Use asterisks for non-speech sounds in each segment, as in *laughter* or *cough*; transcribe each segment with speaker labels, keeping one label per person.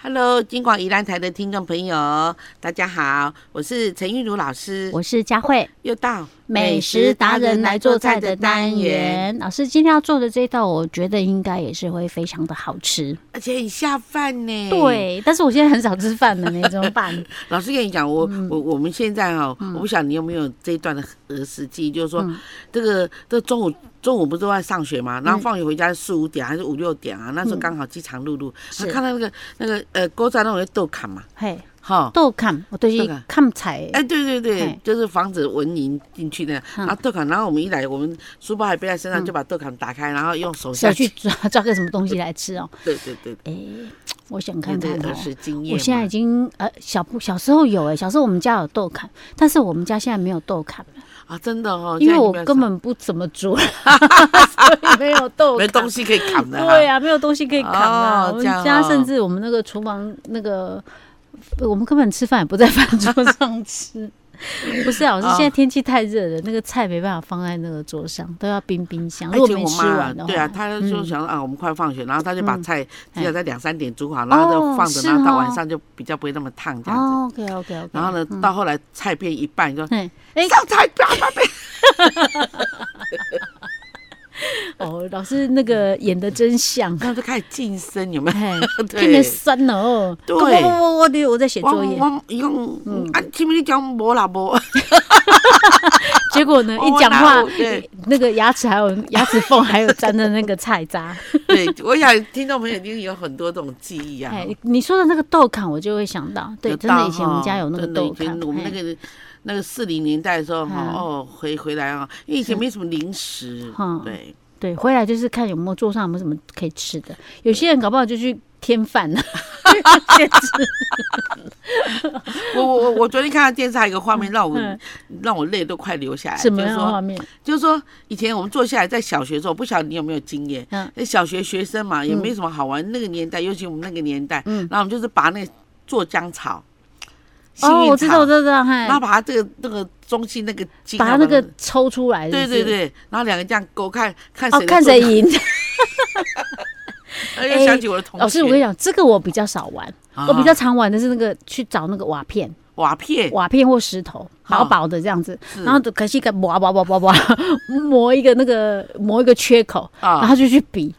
Speaker 1: Hello，金广宜兰台的听众朋友，大家好，我是陈玉茹老师，
Speaker 2: 我是佳慧。
Speaker 1: 又到
Speaker 2: 美食达人来做菜的单元，老师今天要做的这一道，我觉得应该也是会非常的好吃。
Speaker 1: 而且很下饭
Speaker 2: 嗯
Speaker 1: 呢。，
Speaker 2: 对，但是我现在很少吃饭了， *laughs* 呢，怎么办？
Speaker 1: 老师跟你讲，我、
Speaker 2: 嗯
Speaker 1: 我我们现在哦，我不晓得你有没有这一段的儿时记忆，就是说，
Speaker 2: 嗯
Speaker 1: 这个这中午中午不是都在上学嘛，然后放学回家四五点还是五六点啊，那时候刚好饥肠辘辘，
Speaker 2: 嗯是
Speaker 1: 然后看到那个那个呃锅仔那种豆砍嘛，
Speaker 2: 嘿，
Speaker 1: 哈。
Speaker 2: 豆看，我对
Speaker 1: 豆
Speaker 2: 是
Speaker 1: 干
Speaker 2: 看菜，
Speaker 1: 哎，对对对
Speaker 2: 嘿，
Speaker 1: 就是防止蚊蝇进去的。
Speaker 2: 嗯
Speaker 1: 然后豆砍，然后我们一来，我们书包还背在身上，就把豆砍打开，然后用手
Speaker 2: 是要啊
Speaker 1: 下
Speaker 2: 去抓 *laughs* 抓个什么东西来吃哦。
Speaker 1: 对对对，
Speaker 2: 哎，我想
Speaker 1: 看
Speaker 2: 看看
Speaker 1: 的
Speaker 2: 哦
Speaker 1: 儿。时经验嘛。
Speaker 2: 我现在已经呃小小时候有哎、小时候我们家有豆砍，但是我们家现在没有豆砍，
Speaker 1: 啊，真的哦，
Speaker 2: 因为
Speaker 1: 现在
Speaker 2: 我
Speaker 1: 你没有
Speaker 2: 根
Speaker 1: 上
Speaker 2: 本不怎么煮， *laughs* 所以没有豆
Speaker 1: 没
Speaker 2: 砍。
Speaker 1: 东西可以砍的、
Speaker 2: 对、啊，没有东西可以扛啊。
Speaker 1: 哦
Speaker 2: 我们
Speaker 1: 这样
Speaker 2: 家
Speaker 1: 哦
Speaker 2: 甚至我们那个厨房那个，我们根本吃饭也不在饭桌上吃。不是啊，我是
Speaker 1: 哦
Speaker 2: 现在天气太热了，那个菜没办法放在那个桌上，都要冰冰箱。
Speaker 1: 而
Speaker 2: 如果
Speaker 1: 且
Speaker 2: 没
Speaker 1: 我
Speaker 2: 吃
Speaker 1: 妈
Speaker 2: 完的话，
Speaker 1: 对啊，她就想说、啊，我们快放学，然后她就把
Speaker 2: 嗯
Speaker 1: 菜至少在两三点煮好，
Speaker 2: 哎
Speaker 1: 然后就
Speaker 2: 哦
Speaker 1: 放着，
Speaker 2: 是
Speaker 1: 然后到
Speaker 2: 哦
Speaker 1: 晚上就比较不会那么烫这样子。
Speaker 2: 哦，OK OK OK。
Speaker 1: 然后呢，到后来菜变一半，就说
Speaker 2: 嘿，哎、
Speaker 1: 上菜啪啪啪，，
Speaker 2: 哦，老师那个演的真像
Speaker 1: 然后就开始晋升，有没有？
Speaker 2: 哎，
Speaker 1: 对
Speaker 2: 变成酸了哦。
Speaker 1: 对
Speaker 2: 我我我我我在写
Speaker 1: 我
Speaker 2: 作业，
Speaker 1: 我用、啊，前面你讲无啦无，
Speaker 2: 结果呢，
Speaker 1: 我
Speaker 2: 一讲话
Speaker 1: 我哪有对，
Speaker 2: 那个牙齿还有牙齿缝还有沾着那个菜渣。 *laughs*
Speaker 1: 对，我想听众朋友一定有很多这种记忆啊。
Speaker 2: 哎，你说的那个豆坎，我就会想到，对，
Speaker 1: 有
Speaker 2: 真的
Speaker 1: 到
Speaker 2: 以前我们
Speaker 1: 哈
Speaker 2: 家有那个
Speaker 1: 真的以
Speaker 2: 豆
Speaker 1: 前
Speaker 2: 坎，哎
Speaker 1: 我们那
Speaker 2: 嘿
Speaker 1: 个那个四零年代的时候哈，
Speaker 2: 嗯
Speaker 1: 哦，回回来啊，因为以前没什么零食
Speaker 2: 嗯，
Speaker 1: 对，
Speaker 2: 对，回来就是看有没有桌上有没有什么可以吃的，有些人搞不好就去添
Speaker 1: *laughs*
Speaker 2: 饭了，先吃
Speaker 1: 我我我我昨天看到电视还有一个画面，让我
Speaker 2: 嗯
Speaker 1: 让我泪都快流下来。
Speaker 2: 什么
Speaker 1: 就
Speaker 2: 哦
Speaker 1: 是
Speaker 2: 样的画
Speaker 1: 说，
Speaker 2: 面？
Speaker 1: 就是说，以前我们坐下来，在小学的时候，不晓得你有没有经验？
Speaker 2: 嗯
Speaker 1: 那小学学生嘛，也没什么好玩。那个年代，尤其我们那个年代，
Speaker 2: 嗯
Speaker 1: 然后我们就是拔那个做姜草，幸
Speaker 2: 哦，
Speaker 1: 运
Speaker 2: 我知
Speaker 1: 草
Speaker 2: 道，我，知道，嗨
Speaker 1: 然，后把它这个那个中性那个茎啊，
Speaker 2: 把那个抽出来，
Speaker 1: 对
Speaker 2: 是不
Speaker 1: 对
Speaker 2: 是，
Speaker 1: 对，然后两个这样勾，看看
Speaker 2: 哦
Speaker 1: 谁，的
Speaker 2: 看
Speaker 1: 做
Speaker 2: 谁赢。
Speaker 1: 哎，又想起我的同学，啊
Speaker 2: *laughs* 老师，我跟你讲，这个我比较少玩，我比较常玩的是那个去找那个瓦片，
Speaker 1: 瓦片，
Speaker 2: 瓦片或石头，
Speaker 1: 好
Speaker 2: 薄薄的这样子，
Speaker 1: 是
Speaker 2: 然后可惜给磨磨磨磨磨 *laughs* 磨一个那个磨一个缺口，然
Speaker 1: 啊，
Speaker 2: 后就去比。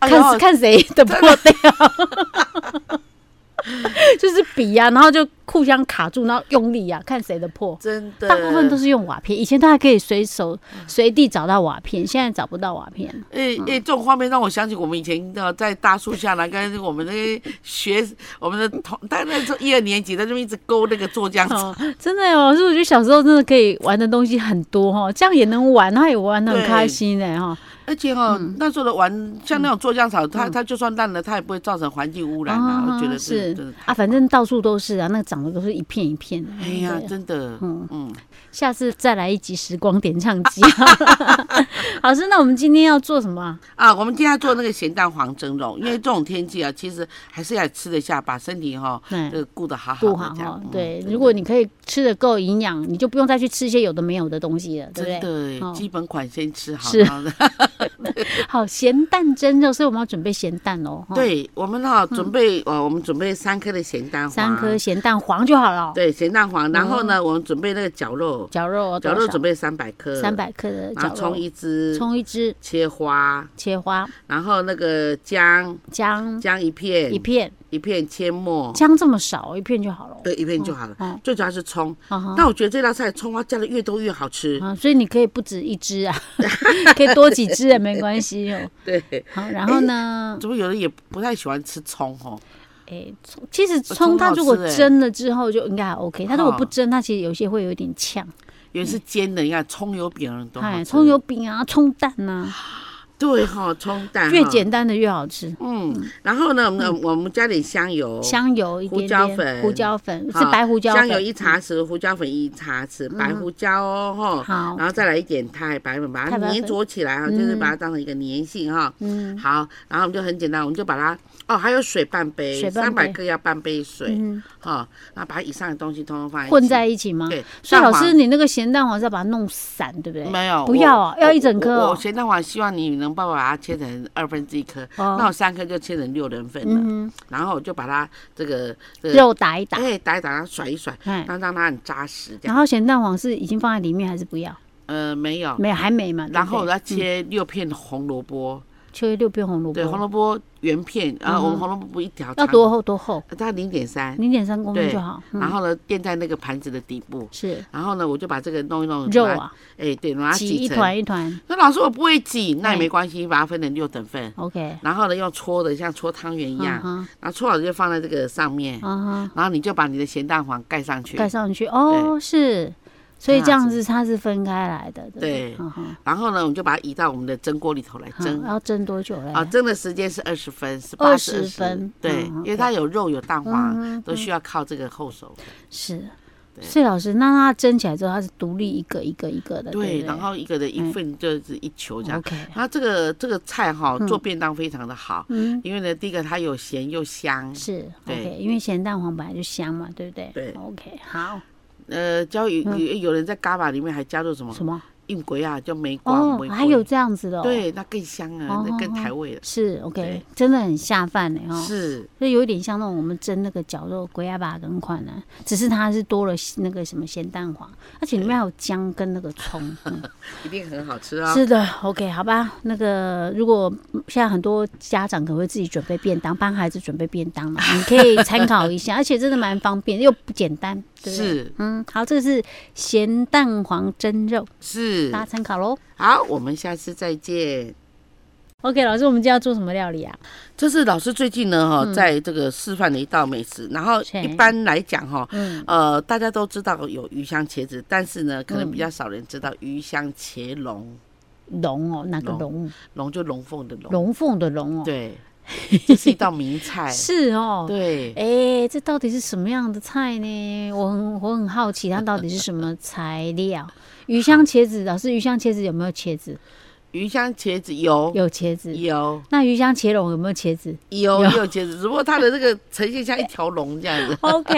Speaker 1: 哎呦
Speaker 2: 看看谁的破掉， *laughs* 就是比呀、然后就互相卡住，然后用力呀、看谁的破。
Speaker 1: 真的，
Speaker 2: 大部分都
Speaker 1: 是，
Speaker 2: 是用瓦片，以前都还可以随手
Speaker 1: 嗯
Speaker 2: 随地找到瓦片，现在找不到瓦片。
Speaker 1: 哎哎，这种画面让我想起我们以前的在大树下呢，跟我们那些学我们的同，但那时候一二年级在那边一直勾那个做浆草，
Speaker 2: 哦， *laughs* 真的哦，所以我觉得小时候真的可以玩的东西很多哦，这样也能玩，然后也玩的很
Speaker 1: 对
Speaker 2: 开心欸哦呢哈。
Speaker 1: 而且哈，
Speaker 2: 嗯
Speaker 1: 那时候的玩像那种做浆草，它它就算烂了，它也不会造成环境污染啊，我觉得这
Speaker 2: 是
Speaker 1: 个真的，
Speaker 2: 嗯啊，反正到处都是啊，那长得都是一片一片的。
Speaker 1: 哎呀，
Speaker 2: 对
Speaker 1: 真的，嗯嗯，
Speaker 2: 下次再来一集时光点唱机。 *laughs* 老师，那我们今天要做什么
Speaker 1: *laughs*
Speaker 2: 啊？
Speaker 1: 啊，我们今天要做那个咸蛋黄蒸肉，因为这种天气啊，其实还是要吃得下，把身体哈
Speaker 2: 嗯
Speaker 1: 这个顾得好好
Speaker 2: 不
Speaker 1: 的
Speaker 2: 好
Speaker 1: 这
Speaker 2: 哈
Speaker 1: 样。嗯。
Speaker 2: 对，如果你可以吃的够营养，你就不用再去吃一些有的没有的东西了，对不
Speaker 1: 真
Speaker 2: 对？
Speaker 1: 的耶，
Speaker 2: 哦
Speaker 1: 基本款先吃好。
Speaker 2: 是
Speaker 1: 然后
Speaker 2: *laughs* 好，咸蛋蒸肉，所以我们要准备咸蛋哦。哈，
Speaker 1: 对，我们哈准备呃，我们准备三颗的咸蛋黄，
Speaker 2: 嗯三颗咸蛋黄就好了。，
Speaker 1: 对咸蛋黄，然后呢，我们准备那个绞肉，
Speaker 2: 绞肉哦
Speaker 1: 绞肉准
Speaker 2: 备
Speaker 1: 备三百克，
Speaker 2: 三，百克的
Speaker 1: 然
Speaker 2: 绞
Speaker 1: 后葱
Speaker 2: 肉，
Speaker 1: 一只，
Speaker 2: 葱一只，
Speaker 1: 切花，
Speaker 2: 切花，
Speaker 1: 然后那个姜
Speaker 2: 姜
Speaker 1: 姜一片，
Speaker 2: 嗯一片，
Speaker 1: 一片切末，
Speaker 2: 姜这么少，一片就好了。
Speaker 1: 对，一片就好了
Speaker 2: 嗯嗯。
Speaker 1: 最主要是葱，
Speaker 2: 啊哈
Speaker 1: 但我觉得这道菜葱花加的越多越好吃。
Speaker 2: 啊，所以你可以不止一只啊， *laughs* 可以多几只也没关系哦。
Speaker 1: 对，
Speaker 2: 好，然后呢，
Speaker 1: 怎么有人也不太喜欢吃葱哦？
Speaker 2: 诶，葱其实
Speaker 1: 葱
Speaker 2: 葱它
Speaker 1: 好
Speaker 2: 如果
Speaker 1: 吃欸
Speaker 2: 蒸了之后就应该还 OK，它如果不
Speaker 1: 哦
Speaker 2: 蒸，它其实有些会有点呛。
Speaker 1: 有人是煎的，你看葱油饼都好
Speaker 2: 哎，
Speaker 1: 吃
Speaker 2: 葱油饼啊，葱蛋呐、
Speaker 1: 对哈，葱蛋
Speaker 2: 越
Speaker 1: 哈
Speaker 2: 简单的越好吃。
Speaker 1: 嗯，然后呢，我们我们加点香油，
Speaker 2: 香油一
Speaker 1: 胡
Speaker 2: 点
Speaker 1: 椒
Speaker 2: 点，
Speaker 1: 粉
Speaker 2: 胡椒粉
Speaker 1: 好
Speaker 2: 是白胡椒
Speaker 1: 香油
Speaker 2: 粉，嗯
Speaker 1: 一茶匙，胡椒粉一茶匙，白胡椒哦，哈，
Speaker 2: 好，
Speaker 1: 然后再来一点太白粉，把它
Speaker 2: 太白粉
Speaker 1: 粘着起来哈，
Speaker 2: 嗯
Speaker 1: 就是把它当成一个粘性哈。
Speaker 2: 嗯
Speaker 1: 好，然后我们就很简单，我们就把它哦，还有水半杯，
Speaker 2: 水
Speaker 1: 三
Speaker 2: 半
Speaker 1: 百
Speaker 2: 杯
Speaker 1: 克要半杯水
Speaker 2: 嗯，
Speaker 1: 哈，然后把以上的东西通通放在一起
Speaker 2: 混在一起吗？
Speaker 1: 对，
Speaker 2: 所以
Speaker 1: 蛋
Speaker 2: 老
Speaker 1: 黄
Speaker 2: 师，你那个咸蛋黄是要把它弄散，对不对？
Speaker 1: 没有
Speaker 2: 不
Speaker 1: 我
Speaker 2: 要啊
Speaker 1: 我
Speaker 2: 要一整颗
Speaker 1: 我我
Speaker 2: 哦
Speaker 1: 我咸蛋黄希望你能想办法把它切成二分之一颗，
Speaker 2: 哦
Speaker 1: 那我三颗就切成六人份了。
Speaker 2: 嗯
Speaker 1: 然后我就把它这个这
Speaker 2: 哼，
Speaker 1: 个
Speaker 2: 肉打一打，
Speaker 1: 哎打一打，然后甩一甩，
Speaker 2: 哎，
Speaker 1: 让让它很扎实这
Speaker 2: 然
Speaker 1: 样。
Speaker 2: 后咸蛋黄是已经放在里面还是不要？
Speaker 1: 呃，没有。
Speaker 2: 没有，还没嘛。对不对嗯
Speaker 1: 然后我要切六片红萝卜，
Speaker 2: 切六片红萝卜，
Speaker 1: 对，红萝卜圆片，然
Speaker 2: 嗯哼
Speaker 1: 后我们红萝卜不一条
Speaker 2: 要
Speaker 1: 长，
Speaker 2: 多厚多厚？
Speaker 1: 呃大概零点三，
Speaker 2: 零点三公分
Speaker 1: 对
Speaker 2: 就好。嗯
Speaker 1: 然后呢垫在那个盘子的底部，
Speaker 2: 是
Speaker 1: 然后呢我就把这个弄一弄，
Speaker 2: 肉
Speaker 1: 把它，
Speaker 2: 啊，
Speaker 1: 哎对，把它
Speaker 2: 挤
Speaker 1: 挤
Speaker 2: 一
Speaker 1: 成。
Speaker 2: 团一团。
Speaker 1: 那老师我不会挤，那也
Speaker 2: 哎
Speaker 1: 没关系，把它分成六等份，
Speaker 2: OK，
Speaker 1: 然后呢用搓的像搓汤圆一样，
Speaker 2: 啊
Speaker 1: 然后搓好了就放在这个上面，
Speaker 2: 哈啊
Speaker 1: 然后你就把你的咸蛋黄盖上去
Speaker 2: 哈，，盖上去哦，是，所以这
Speaker 1: 这样
Speaker 2: 样子它是分开来的，不
Speaker 1: 对
Speaker 2: 嗯哼
Speaker 1: 然后呢我们就把它移到我们的蒸锅里头来蒸
Speaker 2: 好。要蒸多久嘞？
Speaker 1: 啊，蒸的时间是二十分，十八
Speaker 2: 20分
Speaker 1: 对，
Speaker 2: 嗯
Speaker 1: 因为它有肉有蛋黄，
Speaker 2: 嗯
Speaker 1: 都需要靠这个后手。
Speaker 2: 是。
Speaker 1: 对
Speaker 2: 所以老师，那它蒸起来之后，它是独立一个一个一个
Speaker 1: 对，
Speaker 2: 的，对不对，
Speaker 1: 然后一个人一份就是一球这样。
Speaker 2: OK，
Speaker 1: 然后这个这个菜哈
Speaker 2: 嗯
Speaker 1: 做便当非常的好，
Speaker 2: 嗯，
Speaker 1: 因为呢，第一个它有咸又香。
Speaker 2: 是
Speaker 1: 对
Speaker 2: OK，因为咸蛋黄本来就香嘛，对不对？
Speaker 1: 对
Speaker 2: ，OK，好，
Speaker 1: 呃，加有有有人在嘎巴里面还加入什么
Speaker 2: 嗯什么？
Speaker 1: 硬鬼啊，叫梅瓜
Speaker 2: 哦
Speaker 1: 玫，瑰，
Speaker 2: 还有这样子的、哦，，哦
Speaker 1: 对，那更香啊，那更台味了。
Speaker 2: 是 OK，
Speaker 1: 对
Speaker 2: 真的很下饭呢哈。
Speaker 1: 是，
Speaker 2: 所以有一点像那种我们蒸那个绞肉龟鸭巴跟款呢，只是它是多了那个什么咸蛋黄，而且里面还有姜跟那个葱。嗯
Speaker 1: 一定很好吃啊。
Speaker 2: 是的，OK，好吧。那个如果嗯现在很多家长可能会自己准备便当，帮孩子准备便当
Speaker 1: *laughs*
Speaker 2: 嘛，你可以参考一下，而且真的蛮方便又不简单，对不对？
Speaker 1: 是
Speaker 2: 嗯，好，这个是咸蛋黄蒸肉，
Speaker 1: 是
Speaker 2: 大，家参考喽。
Speaker 1: 好，我们下次再见。
Speaker 2: OK，老师，我们今天要做什么料理啊？
Speaker 1: 这是老师最近呢哈，在这个示范了一道美食，然后
Speaker 2: 嗯是
Speaker 1: 一般来讲哈，
Speaker 2: 嗯，
Speaker 1: 呃，大家都知道有鱼香茄子，但是呢，可能
Speaker 2: 嗯
Speaker 1: 比较少人知道鱼香茄龙，
Speaker 2: 龙哦，哪个龙？
Speaker 1: 龙就龙凤的龙，
Speaker 2: 龙凤的龙哦，，
Speaker 1: 对，这是一道名菜
Speaker 2: 是哦。
Speaker 1: 对，
Speaker 2: 哎、这到底是什么样的菜呢？我很我很好奇，它到底是什么材料？鱼香茄子，老师，鱼香茄子有没有茄子？
Speaker 1: 鱼香茄子有
Speaker 2: 有茄子。
Speaker 1: 有
Speaker 2: 那鱼香茄蓉有没有茄子，
Speaker 1: 有也有茄子，只不过它的这个呈现像一条龙这样子
Speaker 2: ？OK，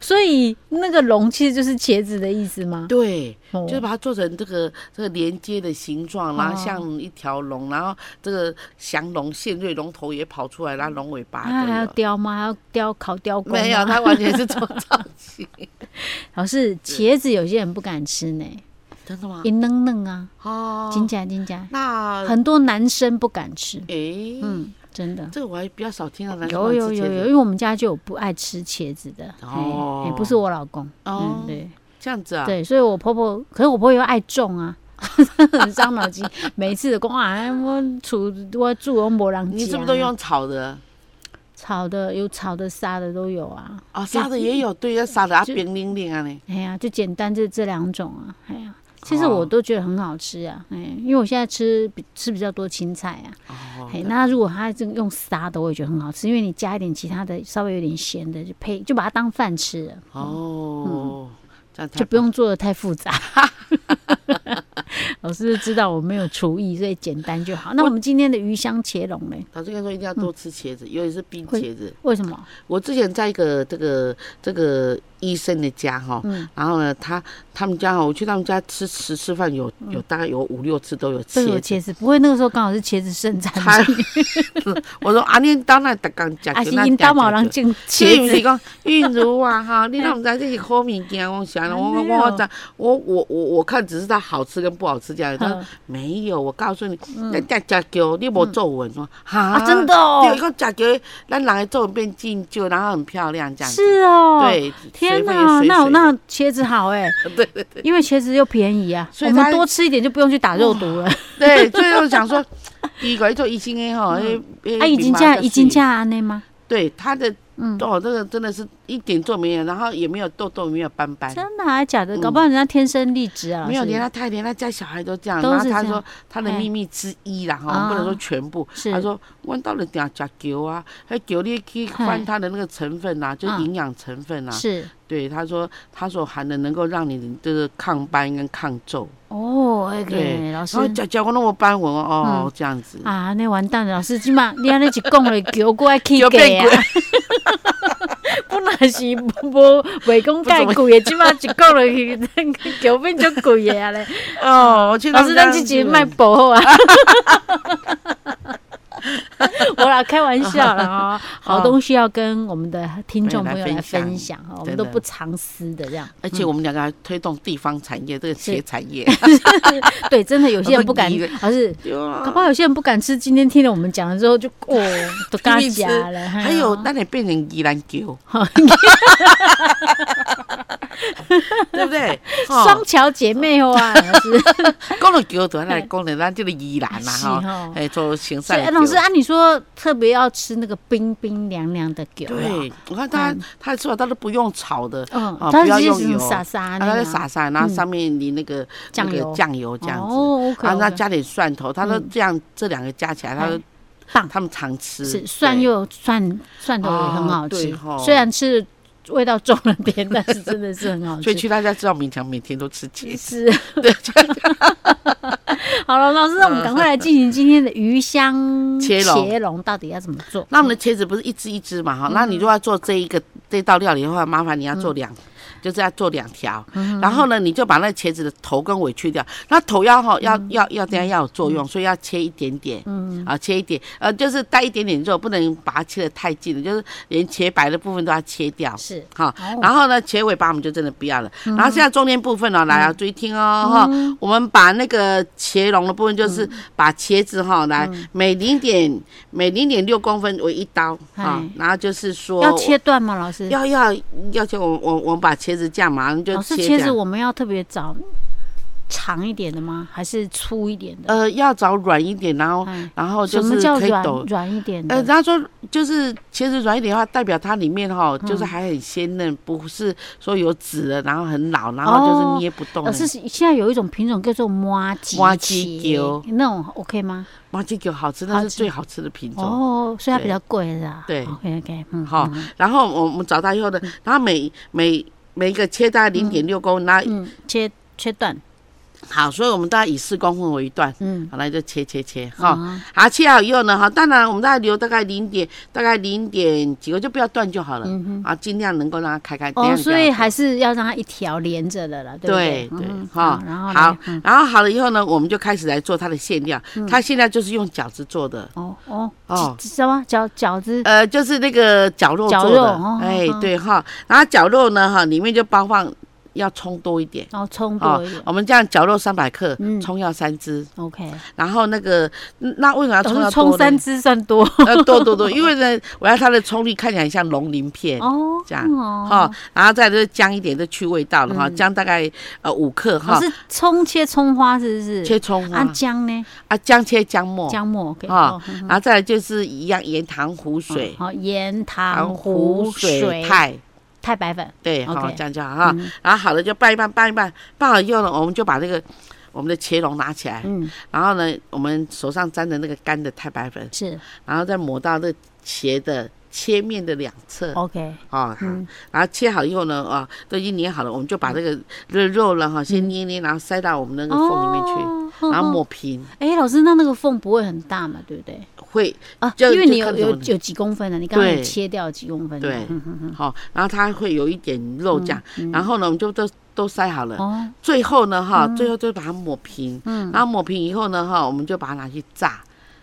Speaker 2: 所以那个龙其实就是茄子的意思吗？
Speaker 1: 对，
Speaker 2: 哦
Speaker 1: 就是把它做成这个这个连接的形状，然
Speaker 2: 哦
Speaker 1: 后像一条龙，然后这个降龙现瑞龙头也跑出来，然后龙尾巴
Speaker 2: 啊，
Speaker 1: 都
Speaker 2: 还要
Speaker 1: 有。
Speaker 2: 雕吗？还要雕烤雕工吗？
Speaker 1: 没有，它完全是
Speaker 2: *laughs*
Speaker 1: 做造型。
Speaker 2: 老师，茄子有些人不敢吃呢，
Speaker 1: 真的吗
Speaker 2: 一？嫩嫩啊，
Speaker 1: 嗯哦，嗯
Speaker 2: 金甲金甲，
Speaker 1: 那
Speaker 2: 很多男生不敢吃，
Speaker 1: 诶，
Speaker 2: 嗯，真的。
Speaker 1: 这个我还比较少听到男生
Speaker 2: 有有
Speaker 1: 吃
Speaker 2: 有
Speaker 1: 茄
Speaker 2: 有，嗯
Speaker 1: 子
Speaker 2: 因为我们家就有不爱吃茄子的，
Speaker 1: 哦
Speaker 2: 嘿嘿不是我老公，
Speaker 1: 哦
Speaker 2: 嗯，对
Speaker 1: 这样子啊，
Speaker 2: 对，所以我婆婆，可是我婆婆又爱种啊， *laughs* 很伤脑筋，每次都讲啊，我厝我住我没人
Speaker 1: 你是不
Speaker 2: 家
Speaker 1: 是都用炒的？
Speaker 2: 炒的，有炒的、杀的都有啊，
Speaker 1: 哦，杀的也有，对，要杀的啊，
Speaker 2: 就
Speaker 1: 冰凌凌啊呢。
Speaker 2: 哎呀，就简单这这两种啊，哎呀。其实
Speaker 1: 哦
Speaker 2: 我都觉得很好吃啊，哎，因为我现在吃比吃比较多青菜啊，
Speaker 1: 哦，
Speaker 2: 嘿，那如果它这个用撒的，我也觉得很好吃，因为你加一点其他的，稍微有点咸的，就配就把它当饭吃了，
Speaker 1: 哦，这样太
Speaker 2: 嗯就不用做的太复杂。 *laughs* 老师知道我没有厨艺，所以简单就好。那我们今天的鱼香茄蓉呢？
Speaker 1: 老师跟说一定要多吃茄子，尤其是冰
Speaker 2: 嗯会
Speaker 1: 茄子。
Speaker 2: 为什么？
Speaker 1: 我之前在一个这个这个医生的家哈，
Speaker 2: 嗯
Speaker 1: 然后呢，他他们家哈，我去他们家吃吃吃饭，有有大概有五六次都有
Speaker 2: 嗯都有
Speaker 1: 茄子。
Speaker 2: 茄子，不会那个时候刚好是茄子盛产
Speaker 1: 他 *laughs* 我说啊，你到那大刚讲，
Speaker 2: 啊，是因当某人种
Speaker 1: 所以毋
Speaker 2: 茄
Speaker 1: 是
Speaker 2: 子，
Speaker 1: 讲韵如啊
Speaker 2: *laughs*
Speaker 1: 哈，你哪毋知这是好物件？我
Speaker 2: 啊
Speaker 1: 想了，我我我知，我我我我看只是它好吃跟不好吃这样。他说
Speaker 2: 嗯
Speaker 1: 没有，我告诉你，人家假球你无皱纹说哈
Speaker 2: 啊，真的
Speaker 1: 对，
Speaker 2: 哦，
Speaker 1: 个假球咱人的皱纹变进就，然后很漂亮这样子。
Speaker 2: 是哦，，
Speaker 1: 对，
Speaker 2: 天
Speaker 1: 哪
Speaker 2: 哪，，那那茄子好哎，
Speaker 1: 对对
Speaker 2: 因为茄子又便宜啊，
Speaker 1: 所
Speaker 2: 我
Speaker 1: 以
Speaker 2: 们
Speaker 1: 它
Speaker 2: 多吃一点就不用去打肉毒了。
Speaker 1: 对，所以我想说，第一个哎做一斤的吼，
Speaker 2: 啊，已经价已经，价安内吗？
Speaker 1: 对它的
Speaker 2: 嗯，
Speaker 1: 哦，这个真的是一点皱没有，然后也没有痘痘，没有斑斑。
Speaker 2: 真的还假的？
Speaker 1: 嗯
Speaker 2: 搞不好人家天生丽质啊，
Speaker 1: 没有，
Speaker 2: 老师
Speaker 1: 连他太连他家小孩都这样。
Speaker 2: 都
Speaker 1: 然后
Speaker 2: 是
Speaker 1: 他
Speaker 2: 这样
Speaker 1: 说他的
Speaker 2: 哎
Speaker 1: 秘密之一啦，
Speaker 2: 啊
Speaker 1: 哈，不能说全部。
Speaker 2: 是
Speaker 1: 他说，我到了点加球啊，还球你去
Speaker 2: 哎
Speaker 1: 翻它的那个成分啊，就
Speaker 2: 嗯
Speaker 1: 营养成分啊。
Speaker 2: 是
Speaker 1: 对，他说他所含的能够让你就是抗斑跟抗皱。
Speaker 2: 哦，OK，
Speaker 1: 对
Speaker 2: 老师嗯
Speaker 1: 然后加加我那么斑纹哦，哦这样子。
Speaker 2: 啊，那完蛋了，老师今嘛你安尼一讲了，球过来起
Speaker 1: 球
Speaker 2: 价
Speaker 1: 变
Speaker 2: 啊，不能但是无袂讲介贵的，即码一讲落去，咱桥边就贵的啊咧。
Speaker 1: 哦，我去他
Speaker 2: 老
Speaker 1: 们
Speaker 2: 师，
Speaker 1: 家
Speaker 2: 咱自己卖薄好啊。我啦，开玩笑了哈，好东西要跟我们的听众朋友来分享哈，我们都不藏私的这样。
Speaker 1: 而且我们两个还推动地方产业，这个
Speaker 2: 是
Speaker 1: 鞋产
Speaker 2: *laughs*
Speaker 1: 业， *laughs*
Speaker 2: 对，真的有些人不敢
Speaker 1: 我都以为，
Speaker 2: 而是
Speaker 1: 有啊
Speaker 2: 搞不好有些人不敢吃。今天听了我们讲了之后，就哦，都嘎
Speaker 1: 拼命吃
Speaker 2: 夹了。
Speaker 1: 还有，那你变成宜兰
Speaker 2: *laughs*
Speaker 1: 球，
Speaker 2: 哦
Speaker 1: 对不
Speaker 2: *laughs*
Speaker 1: 对？哦
Speaker 2: 双桥姐妹花，
Speaker 1: *laughs*
Speaker 2: 老师
Speaker 1: 讲到球，突然来讲的，咱这个宜兰啦
Speaker 2: 是
Speaker 1: 哈，
Speaker 2: 哦。
Speaker 1: 哎，做行
Speaker 2: 所以
Speaker 1: 善的
Speaker 2: 老师
Speaker 1: 球。
Speaker 2: 啊，你说特别要吃那个冰冰凉凉的狗啊，
Speaker 1: 对，我看他他吃法他都不用炒的，
Speaker 2: 嗯
Speaker 1: 哦，
Speaker 2: 它
Speaker 1: 不要
Speaker 2: 是
Speaker 1: 用
Speaker 2: 什么
Speaker 1: 油
Speaker 2: 撒撒
Speaker 1: 啊，
Speaker 2: 那
Speaker 1: 他
Speaker 2: 个
Speaker 1: 在
Speaker 2: 啊
Speaker 1: 撒撒，然后
Speaker 2: 嗯
Speaker 1: 上面淋那个那
Speaker 2: 酱
Speaker 1: 个
Speaker 2: 油
Speaker 1: 酱油这样子。
Speaker 2: 哦，OK，
Speaker 1: 然后他
Speaker 2: OK，
Speaker 1: 加点蒜头，他都这样，这两个加起来，他都
Speaker 2: 嗯哎棒
Speaker 1: 他们常吃，
Speaker 2: 是蒜
Speaker 1: 对
Speaker 2: 又蒜蒜头也很
Speaker 1: 哦
Speaker 2: 好
Speaker 1: 对
Speaker 2: 吃
Speaker 1: 吼，
Speaker 2: 虽然吃的味道重了点，但是真的是很好
Speaker 1: 所以
Speaker 2: 吃。
Speaker 1: 去大家知道，明强每天都吃茄子。
Speaker 2: 是，
Speaker 1: *laughs* 对，
Speaker 2: 好了，老师，让我们赶快来进行今天的鱼香
Speaker 1: 切龙
Speaker 2: 茄龙到底要怎么做？
Speaker 1: 那我们的茄子不是一只一只嘛哈？
Speaker 2: 嗯
Speaker 1: 那你如果要做这一个这道料理的话，麻烦你要做
Speaker 2: 嗯
Speaker 1: 两，就是要做两条。然后呢，你就把那茄子的头跟尾去掉。那头要哈要
Speaker 2: 嗯
Speaker 1: 要要这样要有作用，所以要切一点点，啊切一点，呃就是带一点点肉，不能把它切的太近了，就是连茄白的部分都要切掉。
Speaker 2: 是
Speaker 1: 好
Speaker 2: 哦，嗯
Speaker 1: 然后呢，茄尾巴我们就真的不要了。然后现在中间部分呢，来啊，注意听哦哈。我们把那个茄蓉的部分，就是
Speaker 2: 嗯
Speaker 1: 把茄子哈，来每零点每零点六公分为一刀啊
Speaker 2: 哎，
Speaker 1: 然后就是说
Speaker 2: 要切断吗？老师，
Speaker 1: 要要要切，我我我们把茄子这样马上就
Speaker 2: 老师，
Speaker 1: 切
Speaker 2: 哦茄子
Speaker 1: 掉。
Speaker 2: 我们要特别找长一点的吗？还是粗一点的？
Speaker 1: 呃，要找软一点，然后
Speaker 2: 哎，
Speaker 1: 然后
Speaker 2: 什
Speaker 1: 哦就
Speaker 2: 么
Speaker 1: 是
Speaker 2: 叫
Speaker 1: 可以
Speaker 2: 软嗯
Speaker 1: 抖。
Speaker 2: 软一点
Speaker 1: 呃，
Speaker 2: 的？
Speaker 1: 他说就是茄子软一点的话，代表它里面哈
Speaker 2: 哦
Speaker 1: 就是还很鲜嫩，不是说有籽了，然后很老，然后就
Speaker 2: 哦
Speaker 1: 是捏不动
Speaker 2: 老
Speaker 1: 了。
Speaker 2: 师，现在有一种品种叫做麻吉
Speaker 1: 哎麻吉
Speaker 2: 茄
Speaker 1: 球，
Speaker 2: 那种 OK 吗？
Speaker 1: 麻吉酒好吃，
Speaker 2: 好
Speaker 1: 那是
Speaker 2: 吃
Speaker 1: 最好吃的品种。
Speaker 2: 哦，所以它
Speaker 1: 对
Speaker 2: 比较贵是吧？
Speaker 1: 对
Speaker 2: ，OK OK，嗯，
Speaker 1: 好
Speaker 2: 嗯，
Speaker 1: 然后我我们找到以后呢，然后每每每一个切大概零点六公分，然后
Speaker 2: 嗯，切切断，
Speaker 1: 好，所以我们大概以四公分为一段，
Speaker 2: 嗯，
Speaker 1: 好来就切切切哈。
Speaker 2: 啊，
Speaker 1: 好，切好以后呢，哈，当然我们大概留大概零点，大概零点几个就不要断就好了，啊，尽量能够让它开开。等一
Speaker 2: 嗯哦，
Speaker 1: 下就
Speaker 2: 所以
Speaker 1: 要断
Speaker 2: 还是要让它一条连着的了，对
Speaker 1: 对
Speaker 2: 不
Speaker 1: 对
Speaker 2: 嗯
Speaker 1: 哈
Speaker 2: 好然后
Speaker 1: 好
Speaker 2: 嘞，嗯
Speaker 1: 然后好了以后呢，我们就开始来做它的馅料，它馅料就是用饺子做的，
Speaker 2: 哦哦
Speaker 1: 哦
Speaker 2: 是什么饺饺子？
Speaker 1: 呃，就是那个绞肉
Speaker 2: 绞
Speaker 1: 做
Speaker 2: 肉
Speaker 1: 的
Speaker 2: 哦，
Speaker 1: 哎
Speaker 2: 哦，
Speaker 1: 对哈，然后绞肉呢哈，里面就包放要葱多一点。
Speaker 2: 然后葱
Speaker 1: 哦
Speaker 2: 多一点，
Speaker 1: 我们这样绞肉三百克
Speaker 2: 嗯，
Speaker 1: 葱要三只，
Speaker 2: ，OK，
Speaker 1: 然后那个嗯那为什么要葱
Speaker 2: 老
Speaker 1: 要
Speaker 2: 师葱
Speaker 1: 多
Speaker 2: 哦三
Speaker 1: 呢？
Speaker 2: 只算多
Speaker 1: 呃，多多 *laughs* 多，因为呢，我要它的葱绿看起来很像龙鳞片。
Speaker 2: 哦，
Speaker 1: 这样
Speaker 2: 哦嗯
Speaker 1: 哦，然后再就是姜一点，就去味道了哈。姜大概呃五克
Speaker 2: 老
Speaker 1: 哈，
Speaker 2: 师葱切葱花是不是？
Speaker 1: 切葱
Speaker 2: 啊
Speaker 1: 花
Speaker 2: 姜呢？
Speaker 1: 啊，姜切姜末，
Speaker 2: 姜末 OK，
Speaker 1: 啊
Speaker 2: 哦嗯
Speaker 1: 然后再来就是一样盐、糖、湖水、
Speaker 2: 好盐哦糖
Speaker 1: 糖、
Speaker 2: 湖
Speaker 1: 湖
Speaker 2: 水
Speaker 1: 水、太，
Speaker 2: 太白粉，
Speaker 1: 对，好
Speaker 2: OK
Speaker 1: 这样就好哈
Speaker 2: 嗯。
Speaker 1: 然后好了就拌一拌，拌一拌，拌好以后呢，我们就把那个我们的茄蓉拿起来，
Speaker 2: 嗯，
Speaker 1: 然后呢，我们手上沾的那个干的太白粉，
Speaker 2: 是
Speaker 1: 然后再抹到那茄的切面的两侧
Speaker 2: OK，
Speaker 1: 哦，
Speaker 2: 嗯
Speaker 1: 然后切好以后呢，啊，都已经捏好了，我们就把这个这肉了哈，先捏捏，然后塞到我们那
Speaker 2: 哦
Speaker 1: 个缝里面去，
Speaker 2: 去
Speaker 1: 然后抹平，
Speaker 2: 哦哎，老师，那那个缝不会很大嘛，对不对？
Speaker 1: 会
Speaker 2: 啊，
Speaker 1: 就
Speaker 2: 因为
Speaker 1: 就
Speaker 2: 你有
Speaker 1: 看怎
Speaker 2: 有
Speaker 1: 么弄
Speaker 2: 有几公分的，啊你刚刚有
Speaker 1: 对
Speaker 2: 切掉几公分的。
Speaker 1: 对
Speaker 2: 嗯嗯
Speaker 1: 好，然后它会有一点肉这样，然后呢，我们就都都塞好
Speaker 2: 嗯
Speaker 1: 了，
Speaker 2: 哦，
Speaker 1: 最后呢哈，最后就把它抹平，
Speaker 2: 嗯
Speaker 1: 然后抹平以后呢哈，我们就把它拿去炸，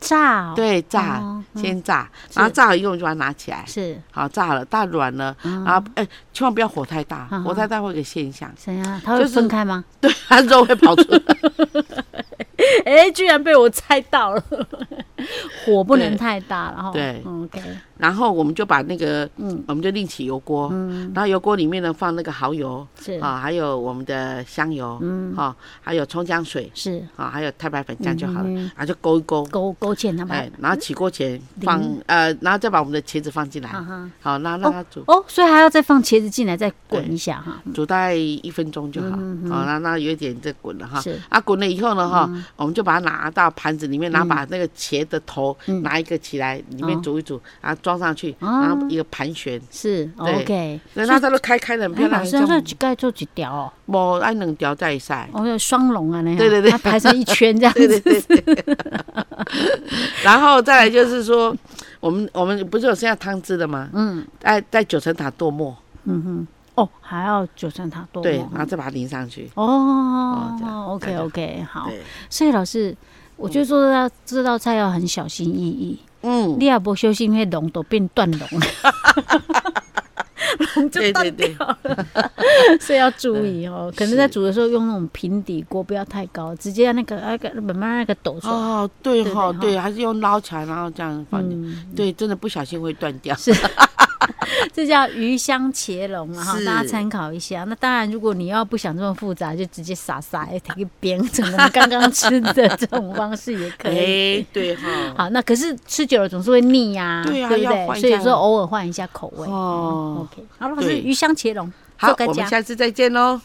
Speaker 2: 炸哦
Speaker 1: 对，炸，
Speaker 2: 哦嗯
Speaker 1: 先炸，然后
Speaker 2: 是
Speaker 1: 炸好以后我们就把它拿起来，
Speaker 2: 是
Speaker 1: 好炸好了，炸软了，
Speaker 2: 嗯
Speaker 1: 啊，哎、千万不要火太大
Speaker 2: 嗯，
Speaker 1: 火太大会有个现象， *laughs*
Speaker 2: 怎样？它会
Speaker 1: 就是
Speaker 2: 分
Speaker 1: *laughs*
Speaker 2: 开吗？
Speaker 1: 对，它肉会跑出
Speaker 2: *laughs*
Speaker 1: 来。
Speaker 2: 哎，居然被我猜到
Speaker 1: *laughs*
Speaker 2: 了，火不能
Speaker 1: 对
Speaker 2: 太大了哈。
Speaker 1: 对
Speaker 2: 嗯，OK，
Speaker 1: 然后我们就把那个，
Speaker 2: 嗯
Speaker 1: 我们就另起油锅，
Speaker 2: 嗯，
Speaker 1: 然后油锅里面呢放那个蚝油
Speaker 2: 是
Speaker 1: 啊，还有我们的香油，
Speaker 2: 嗯
Speaker 1: 啊，还有葱姜水
Speaker 2: 是
Speaker 1: 啊，还有太白粉，这样就好了，
Speaker 2: 嗯
Speaker 1: 然后就勾一勾。
Speaker 2: 勾勾芡它
Speaker 1: 哎
Speaker 2: 们。，
Speaker 1: 然后起锅前放呃，然后再把我们的茄子放进来，
Speaker 2: 啊哈。
Speaker 1: 好，然后让它煮
Speaker 2: 哦，所以还要再放茄子进来，再滚一下哈。
Speaker 1: 煮大概一分钟就好，
Speaker 2: 嗯嗯嗯
Speaker 1: 好，那那有一点这滚了哈，
Speaker 2: 是嗯
Speaker 1: 啊，滚了以后呢，哈，我
Speaker 2: 嗯
Speaker 1: 们就把它拿到盘子里面，然后把那个茄的头拿一个起来，里面煮一煮，然后装上去，
Speaker 2: 啊
Speaker 1: 然后一个盘旋，
Speaker 2: 哦是
Speaker 1: 对
Speaker 2: OK。
Speaker 1: 那它它都开开的很漂
Speaker 2: 哎，
Speaker 1: 亮
Speaker 2: 老，师，那一盖做几条哦？
Speaker 1: 无按两条在晒。
Speaker 2: 哦，有双龙啊，那样
Speaker 1: 对对对
Speaker 2: 它排成一圈这样
Speaker 1: *laughs* 对对
Speaker 2: 子。
Speaker 1: 对对，然后再来就是说， *laughs* 我们我们不是有剩下汤汁的吗？
Speaker 2: 嗯
Speaker 1: 在在九层塔剁末，
Speaker 2: 嗯嗯，哦，还要九层塔多
Speaker 1: 对
Speaker 2: 哦，
Speaker 1: 然后再把它淋上去。这样
Speaker 2: 哦，OK
Speaker 1: 大家
Speaker 2: OK，好。
Speaker 1: 对，
Speaker 2: 所以老师，我觉得做这道这道菜要很小心翼翼。
Speaker 1: 嗯，
Speaker 2: 你也不小心，那龙都变断龙，
Speaker 1: *laughs*
Speaker 2: 龙就
Speaker 1: 对
Speaker 2: 断
Speaker 1: 对对，
Speaker 2: *laughs* 所以要注意哦。可能
Speaker 1: 是
Speaker 2: 在煮的时候用那种平底锅，不要太高，直接那个那个慢慢那个抖出来。
Speaker 1: 哦，对
Speaker 2: 对
Speaker 1: 哈，
Speaker 2: 对
Speaker 1: 对，还是用捞起来，然后这样放进。
Speaker 2: 嗯，
Speaker 1: 对，真的不小心会断掉。 *laughs* 哎
Speaker 2: 这叫鱼香茄龙啊，哈
Speaker 1: 是
Speaker 2: 大家参考一下。那当然，如果你要不想这么复杂，就直接撒撒哎，一边整我们刚刚吃的这种方式也可以。
Speaker 1: *laughs* 哎，对哈。
Speaker 2: 好，那可是吃久了总是会腻呀、
Speaker 1: 对啊
Speaker 2: 不
Speaker 1: 要换
Speaker 2: 对？
Speaker 1: 一
Speaker 2: 所以
Speaker 1: 下
Speaker 2: 说偶尔换一下口味。
Speaker 1: 哦，
Speaker 2: OK，好，老师，
Speaker 1: 对
Speaker 2: 鱼香茄龙，
Speaker 1: 好
Speaker 2: 做，个
Speaker 1: 我
Speaker 2: 家
Speaker 1: 们下次再见喽。